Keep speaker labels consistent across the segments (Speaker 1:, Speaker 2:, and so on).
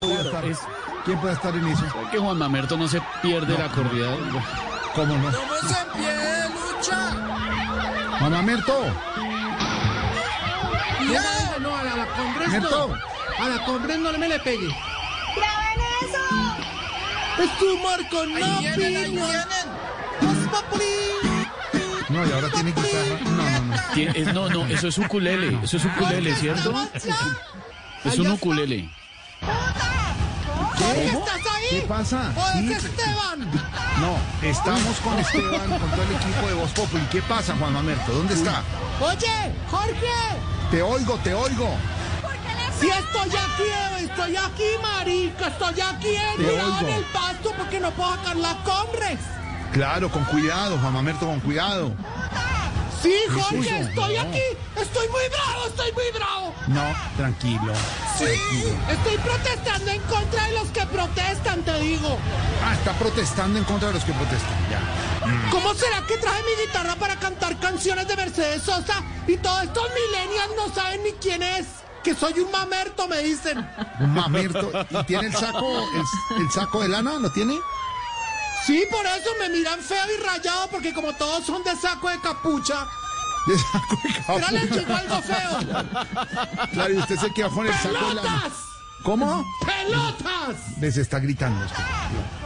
Speaker 1: puede estar-
Speaker 2: es-
Speaker 1: ¿Quién puede estar en eso?
Speaker 2: Que Juan Mamerto no se pierde la corrida.
Speaker 1: ¿Cómo no?
Speaker 3: ¿Cómo se pierde lucha?
Speaker 1: Mamá Merto,
Speaker 3: No, no, a la, a la Congress
Speaker 1: Merto.
Speaker 3: no. A la Congress no me le pegue.
Speaker 4: ¡Graben eso!
Speaker 3: Es tu marco, no piña. Los populi.
Speaker 1: No, y ahora tiene guitarra. No, no, no.
Speaker 2: Tien- es- no, no, eso es ukulele. Eso es ukulele, ¿cierto? Es un ukulele.
Speaker 3: ¿Qué estás ahí?
Speaker 1: ¿Qué pasa?
Speaker 3: ¿O es
Speaker 1: Sí.
Speaker 3: Esteban?
Speaker 1: No, estamos con Esteban, con todo el equipo de Voz Populi. ¿Qué pasa, Juan Mamerto? ¿Dónde está?
Speaker 3: Oye, Jorge,
Speaker 1: Te oigo, te oigo.
Speaker 3: si estoy aquí, eh, estoy aquí, marica, estoy aquí, eh,
Speaker 1: Te
Speaker 3: tirado en
Speaker 1: oigo.
Speaker 3: el pasto porque no puedo sacar la Congress.
Speaker 1: Claro, con cuidado, Juan Mamerto, con cuidado.
Speaker 3: Sí,
Speaker 1: ¿Qué es
Speaker 3: Jorge,
Speaker 1: eso?
Speaker 3: estoy
Speaker 1: No.
Speaker 3: aquí, estoy muy bravo, estoy muy bravo.
Speaker 1: No, tranquilo.
Speaker 3: Sí, estoy protestando en contra de los que protestan, te digo.
Speaker 1: Ah, está protestando en contra de los que protestan. Ya.
Speaker 3: ¿Cómo será que traje mi guitarra para cantar canciones de Mercedes Sosa y todos estos millennials no saben ni quién es? Que soy un mamerto, me dicen.
Speaker 1: Un Mamerto. ¿Y tiene el saco, el, el saco de lana? ¿Lo tiene?
Speaker 3: Sí, por eso me miran feo y rayado porque como todos son de saco de capucha,
Speaker 1: De saco de
Speaker 3: pero les
Speaker 1: capucha.
Speaker 3: llegó algo feo.
Speaker 1: Claro, y usted se queda con el saco de lana.
Speaker 3: ¡Pelotas!
Speaker 1: ¿Cómo?
Speaker 3: ¡Pelotas!
Speaker 1: Les está gritando. usted.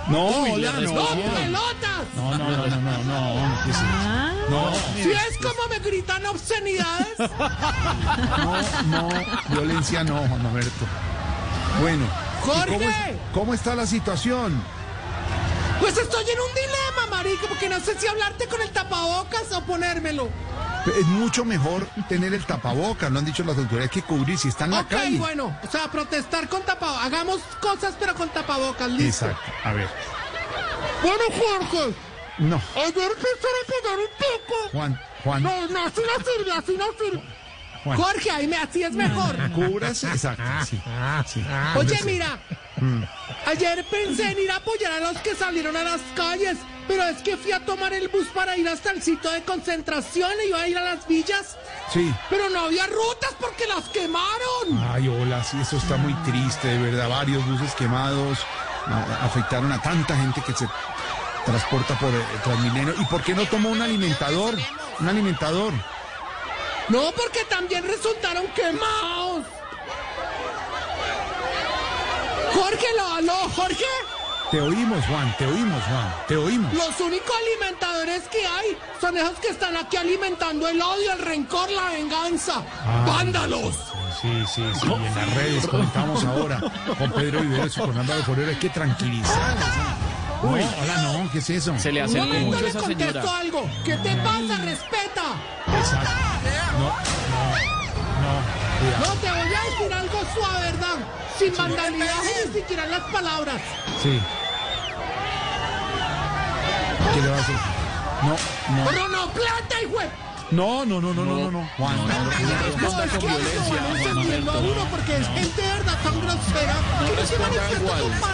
Speaker 1: No,
Speaker 2: Uy, le
Speaker 1: hola, no.
Speaker 3: ¡No,
Speaker 2: respondió.
Speaker 3: pelotas!
Speaker 2: No, no, no, no, no, no. ¿qué es eso?
Speaker 3: Si es como me gritan obscenidades,
Speaker 1: No, violencia no, Juan Alberto. Bueno, ¿y
Speaker 3: Jorge.
Speaker 1: ¿cómo, es- cómo está la situación?
Speaker 3: pues estoy en un dilema, marica, porque no sé si hablarte con el tapabocas o ponérmelo.
Speaker 1: Es mucho mejor tener el tapabocas, lo han dicho las autoridades, que cubrir si está en la
Speaker 3: ok,
Speaker 1: calle.
Speaker 3: bueno, o sea, protestar con tapabocas. Hagamos cosas, pero con tapabocas, listo.
Speaker 1: Exacto, a ver.
Speaker 3: Bueno, Jorge,
Speaker 1: No,
Speaker 3: ayer quisiera pegar un poco.
Speaker 1: Juan, Juan,
Speaker 3: No, no, así no sirve, así no sirve.
Speaker 1: Juan. Mm.
Speaker 3: Jorge, ahí me, así es mejor.
Speaker 1: cúbrase. Exacto, sí, sí.
Speaker 3: Oye, mira,
Speaker 1: Mm.
Speaker 3: ayer pensé en ir a apoyar a los que salieron a las calles, pero es que fui a tomar el bus para ir hasta el sitio de concentración y iba a ir a las villas,
Speaker 1: Sí.
Speaker 3: pero no había rutas porque las quemaron.
Speaker 1: Ay, hola, sí, eso está muy triste, de verdad. Varios buses quemados a- afectaron a tanta gente que se transporta por el Transmilenio. ¿Y por qué no tomó un alimentador? Un alimentador.
Speaker 3: No, porque también resultaron quemados. Jorge, lo aló, Jorge.
Speaker 1: Te oímos, Juan, te oímos, Juan, te oímos.
Speaker 3: Los únicos alimentadores que hay son esos que están aquí alimentando el odio, el rencor, la venganza. ¡Vándalos!
Speaker 1: Sí, sí, sí. y en las redes comentamos ahora con Pedro Viveros y con Álvaro Forero. Hay que tranquilizar. Uy, hola, no, ¿qué es eso?
Speaker 2: Se le
Speaker 3: Un
Speaker 2: acercó
Speaker 3: momento
Speaker 2: mucho
Speaker 3: le
Speaker 2: esa señora.
Speaker 3: contesto algo. ¿Qué te pasa? Respeta.
Speaker 1: Exacto. No, no, no.
Speaker 3: No te voy a decir algo suave, ¿verdad? Sin vandalidad ni siquiera las palabras.
Speaker 1: cuidado. Sí. ¿Qué le va a hacer? No,
Speaker 3: Pero no plata, hijo. de-
Speaker 1: no. No, no, no, no, no, no, no. Juan,
Speaker 3: No, es que
Speaker 2: con
Speaker 3: eso
Speaker 2: violencia,
Speaker 3: van
Speaker 2: Juan
Speaker 3: entendiendo a
Speaker 2: Alberto.
Speaker 3: uno porque es gente de verdad tan grosera que no se
Speaker 2: responda
Speaker 3: manifiesta
Speaker 2: igual.
Speaker 3: con más.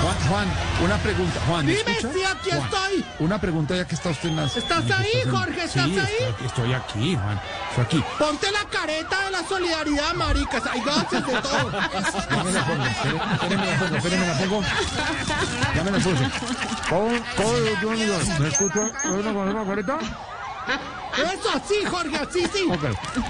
Speaker 1: Juan, Juan, una pregunta. Juan, ¿me
Speaker 3: Dime
Speaker 1: escucha?
Speaker 3: si aquí
Speaker 1: Juan,
Speaker 3: estoy.
Speaker 1: Una pregunta ya que está usted en las...
Speaker 3: ¿Estás ahí, Jorge? ¿Estás
Speaker 1: Sí,
Speaker 3: ahí?
Speaker 1: estoy- Estoy aquí, Juan. Estoy aquí.
Speaker 3: Ponte la careta de la solidaridad, maricas. Hay gases de todo.
Speaker 1: Ya me la pongo, espere- espéreme la pongo, espéreme la pongo. Ya me la puse. ¿Cómo, cómo yo ¿Me escucho? ¿Me con una correcta?
Speaker 3: Eso así, Jorge, así sí.
Speaker 1: Ok.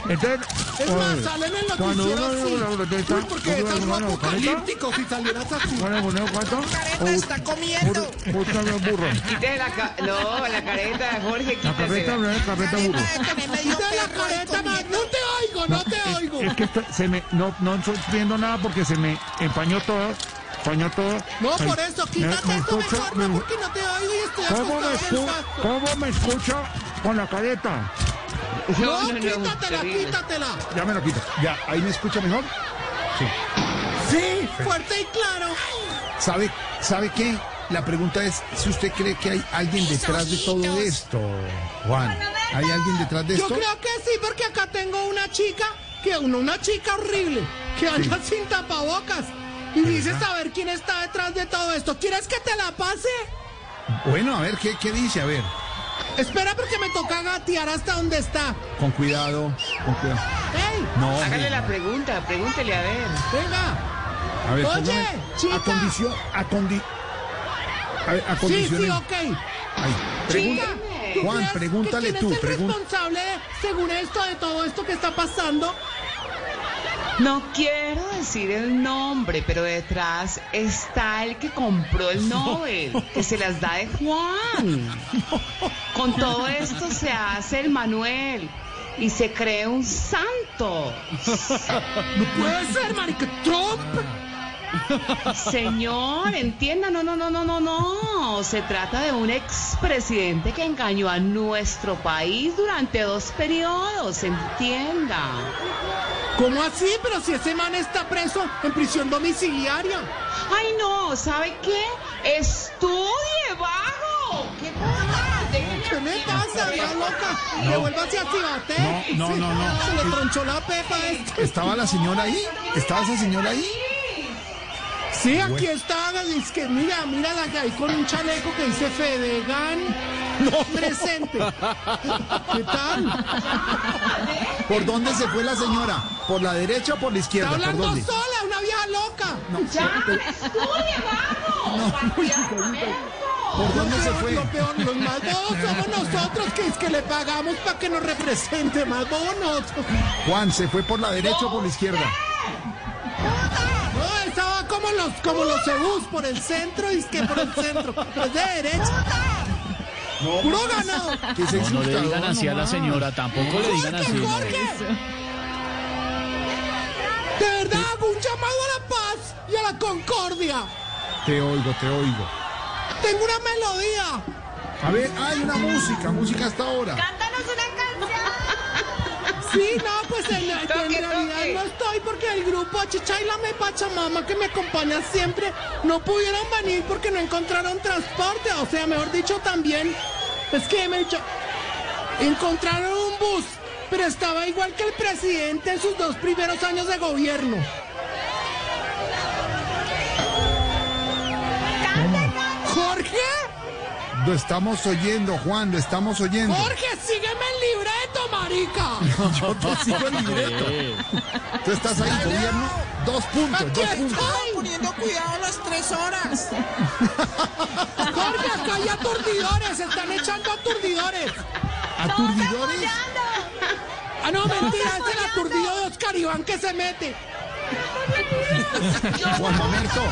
Speaker 1: Entonces,
Speaker 3: Es más, salen en
Speaker 1: Cuando uno
Speaker 3: noticieros
Speaker 1: viene con la
Speaker 3: así.
Speaker 1: protesta,
Speaker 3: Uy, porque
Speaker 1: uno
Speaker 3: es
Speaker 1: viene
Speaker 3: algo
Speaker 1: con la careta.
Speaker 3: apocalíptico si salieras así.
Speaker 1: ¿Van a poner cuánto?
Speaker 4: Careta está comiendo.
Speaker 1: Búscame un burro.
Speaker 5: Quítese la ca- no, la careta, Jorge,
Speaker 1: La carreta,
Speaker 5: quítese.
Speaker 1: la carreta burro.
Speaker 3: Quita la careta, ma- no te oigo, no te oigo.
Speaker 1: que se me, no, no estoy viendo nada porque se me empañó todo. Empañó todo.
Speaker 3: No, por eso, quítate esto mejor, no, porque no te oigo y estoy acostado.
Speaker 1: ¿Cómo me escucha con la careta?
Speaker 3: No, quítatela,
Speaker 5: terrible.
Speaker 3: quítatela.
Speaker 1: Ya me lo quito. Ya, ahí me escucha mejor. Sí. Sí.
Speaker 3: Fuerte y claro.
Speaker 1: ¿Sabe, ¿Sabe qué? La pregunta es si usted cree que hay alguien detrás de todo esto, Juan. ¿Hay alguien detrás de
Speaker 3: Yo
Speaker 1: esto?
Speaker 3: creo que sí, porque acá tengo una chica, que una, una chica horrible, que anda sin tapabocas. Y dice saber quién está detrás de todo esto. ¿Quieres que te la pase?
Speaker 1: Bueno, a ver, ¿qué, qué dice? A ver,
Speaker 3: Espera porque me toca gatear hasta donde está.
Speaker 1: con cuidado, con cuidado.
Speaker 3: ¡Ey!
Speaker 1: No, hombre,
Speaker 5: Hágale la pregunta, pregúntele a ver.
Speaker 3: ¡Venga!
Speaker 1: a ver,
Speaker 3: Oye,
Speaker 1: póngame-
Speaker 3: chica.
Speaker 1: Acondicio, acondi, a ver,
Speaker 3: Sí,
Speaker 1: acondicionen.
Speaker 3: sí, ok.
Speaker 1: Ahí, pregunta.
Speaker 3: Chica, ¿tú
Speaker 1: Juan,
Speaker 3: crees que
Speaker 1: pregúntale
Speaker 3: quién
Speaker 1: tú,
Speaker 3: es el
Speaker 1: pregun-
Speaker 3: responsable, según esto, de todo esto que está pasando?
Speaker 5: No quiero decir el nombre, pero detrás está el que compró el Nobel, que se las da de Juan. Con todo esto se hace el Manuel y se cree un santo.
Speaker 3: No puede ser, marica. Trump.
Speaker 5: Señor, entienda, no, no, no, no, no, no. Se trata de un expresidente que engañó a nuestro país durante dos periodos, entienda.
Speaker 3: ¿Cómo así? Pero si ese man está preso en prisión domiciliaria.
Speaker 5: Ay, no, ¿sabe qué? Estudie bajo. ¿Qué pasa? Déjeme
Speaker 3: ¿Qué me
Speaker 5: aquí,
Speaker 3: pasa,
Speaker 5: hombre.
Speaker 3: vieja loca? No. Devuélvase a Cibaté.
Speaker 1: No, no, no, no.
Speaker 3: Se le tronchó la pepa a este.
Speaker 1: ¿Estaba la señora ahí? ¿Estaba esa señora ahí?
Speaker 3: Sí, aquí está. Es que mira, mira la que hay con un chaleco que dice Fedegan. Presente. ¿Qué tal?
Speaker 1: ¿Por dónde se fue la señora? ¿Por la derecha o por la
Speaker 3: Está
Speaker 1: izquierda? ¿Por
Speaker 3: hablando
Speaker 1: dónde?
Speaker 3: sola, una vieja loca.
Speaker 5: Ya, estudie bajo.
Speaker 1: ¿Por dónde se
Speaker 3: Peor,
Speaker 1: fue?
Speaker 3: Lo peor, los más bobos somos nosotros que es que le pagamos para que nos represente. Más bobos nosotros.
Speaker 1: Juan, ¿se fue por la derecha o por la izquierda?
Speaker 3: No, esa va como los, como los cebús por el centro y es que por el centro. Es de derecha.
Speaker 1: No,
Speaker 3: ¡Puro ganado!
Speaker 1: que se
Speaker 2: No, no le digan así a la
Speaker 1: nomás.
Speaker 2: señora, tampoco le digan así.
Speaker 3: ¡Jorge,
Speaker 2: no.
Speaker 3: Jorge! De verdad, hago un llamado a la paz y a la concordia.
Speaker 1: Te oigo, te oigo.
Speaker 3: Tengo una melodía.
Speaker 1: A ver, hay una música, música hasta ahora.
Speaker 4: Cántanos una canción.
Speaker 3: Sí, no, pues en, en
Speaker 5: Toque,
Speaker 3: realidad
Speaker 5: toque.
Speaker 3: no estoy porque el grupo Chicha y la Me Pachamama que me acompaña siempre no pudieron venir porque no encontraron transporte. O sea, mejor dicho, también es que me he dicho, encontraron un bus, pero estaba igual que el presidente en sus dos primeros años de gobierno. Jorge,
Speaker 1: Lo estamos oyendo, Juan, lo estamos oyendo.
Speaker 3: Jorge, sígueme el libreto, marica.
Speaker 1: Yo te sigo el libreto.
Speaker 2: Eh,
Speaker 1: Tú estás ahí, gobierno. Dos puntos,
Speaker 3: Aquí
Speaker 1: dos puntos.
Speaker 3: estoy.
Speaker 4: Poniendo cuidado las tres horas.
Speaker 3: Jorge, acá hay aturdidores, se están echando aturdidores.
Speaker 1: Aturdidores.
Speaker 3: Ah, no, mentira, es el aturdido de Oscar Iván que se mete.
Speaker 1: Juan Mamerto,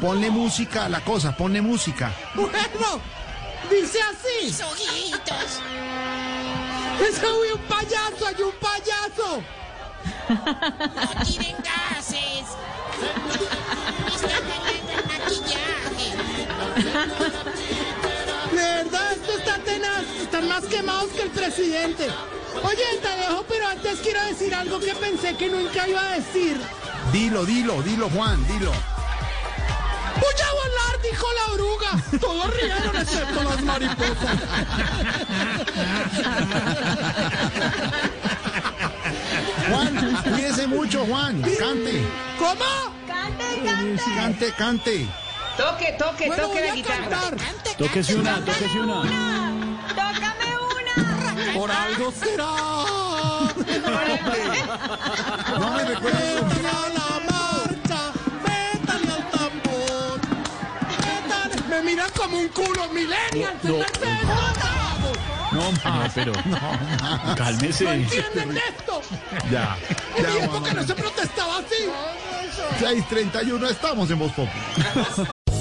Speaker 1: ponle música a la cosa, ponle música.
Speaker 3: Bueno, dice así.
Speaker 4: Mis ojitos.
Speaker 3: Ese hay un payaso, hay un payaso.
Speaker 4: No tiren gases. Están dañando el maquillaje.
Speaker 3: De verdad, esto está tenaz. Están más quemados que el presidente. Oye, te dejo, pero antes quiero decir algo que pensé que nunca iba a decir.
Speaker 1: Dilo, dilo, dilo, Juan, dilo.
Speaker 3: ¡Voy a volar! dijo la oruga. Todos rieron excepto las mariposas.
Speaker 1: Juan, cuídese mucho, Juan. Cante,
Speaker 3: ¿Cómo?
Speaker 4: Cante, cante.
Speaker 1: cante, cante.
Speaker 5: Toque, toque,
Speaker 3: Bueno,
Speaker 5: toque
Speaker 3: voy
Speaker 5: la
Speaker 3: a
Speaker 5: guitarra.
Speaker 3: cantar.
Speaker 4: Cante,
Speaker 2: Tóquese
Speaker 4: cante,
Speaker 2: una,
Speaker 4: tócame
Speaker 2: tóquese una.
Speaker 4: Tócame una.
Speaker 3: Por algo será.
Speaker 1: No me recuerdes su-
Speaker 3: Métale a la marcha, métale al tambor. métale- Me miran como un culo millennial.
Speaker 2: No,
Speaker 3: No,
Speaker 2: No, no, pero cálmese.
Speaker 3: entienden esto.
Speaker 1: Ya,
Speaker 3: Un
Speaker 1: ya,
Speaker 3: tiempo
Speaker 1: Juan
Speaker 3: que no se
Speaker 1: Mamerto.
Speaker 3: protestaba así.
Speaker 1: 631, estamos en Voz Populi.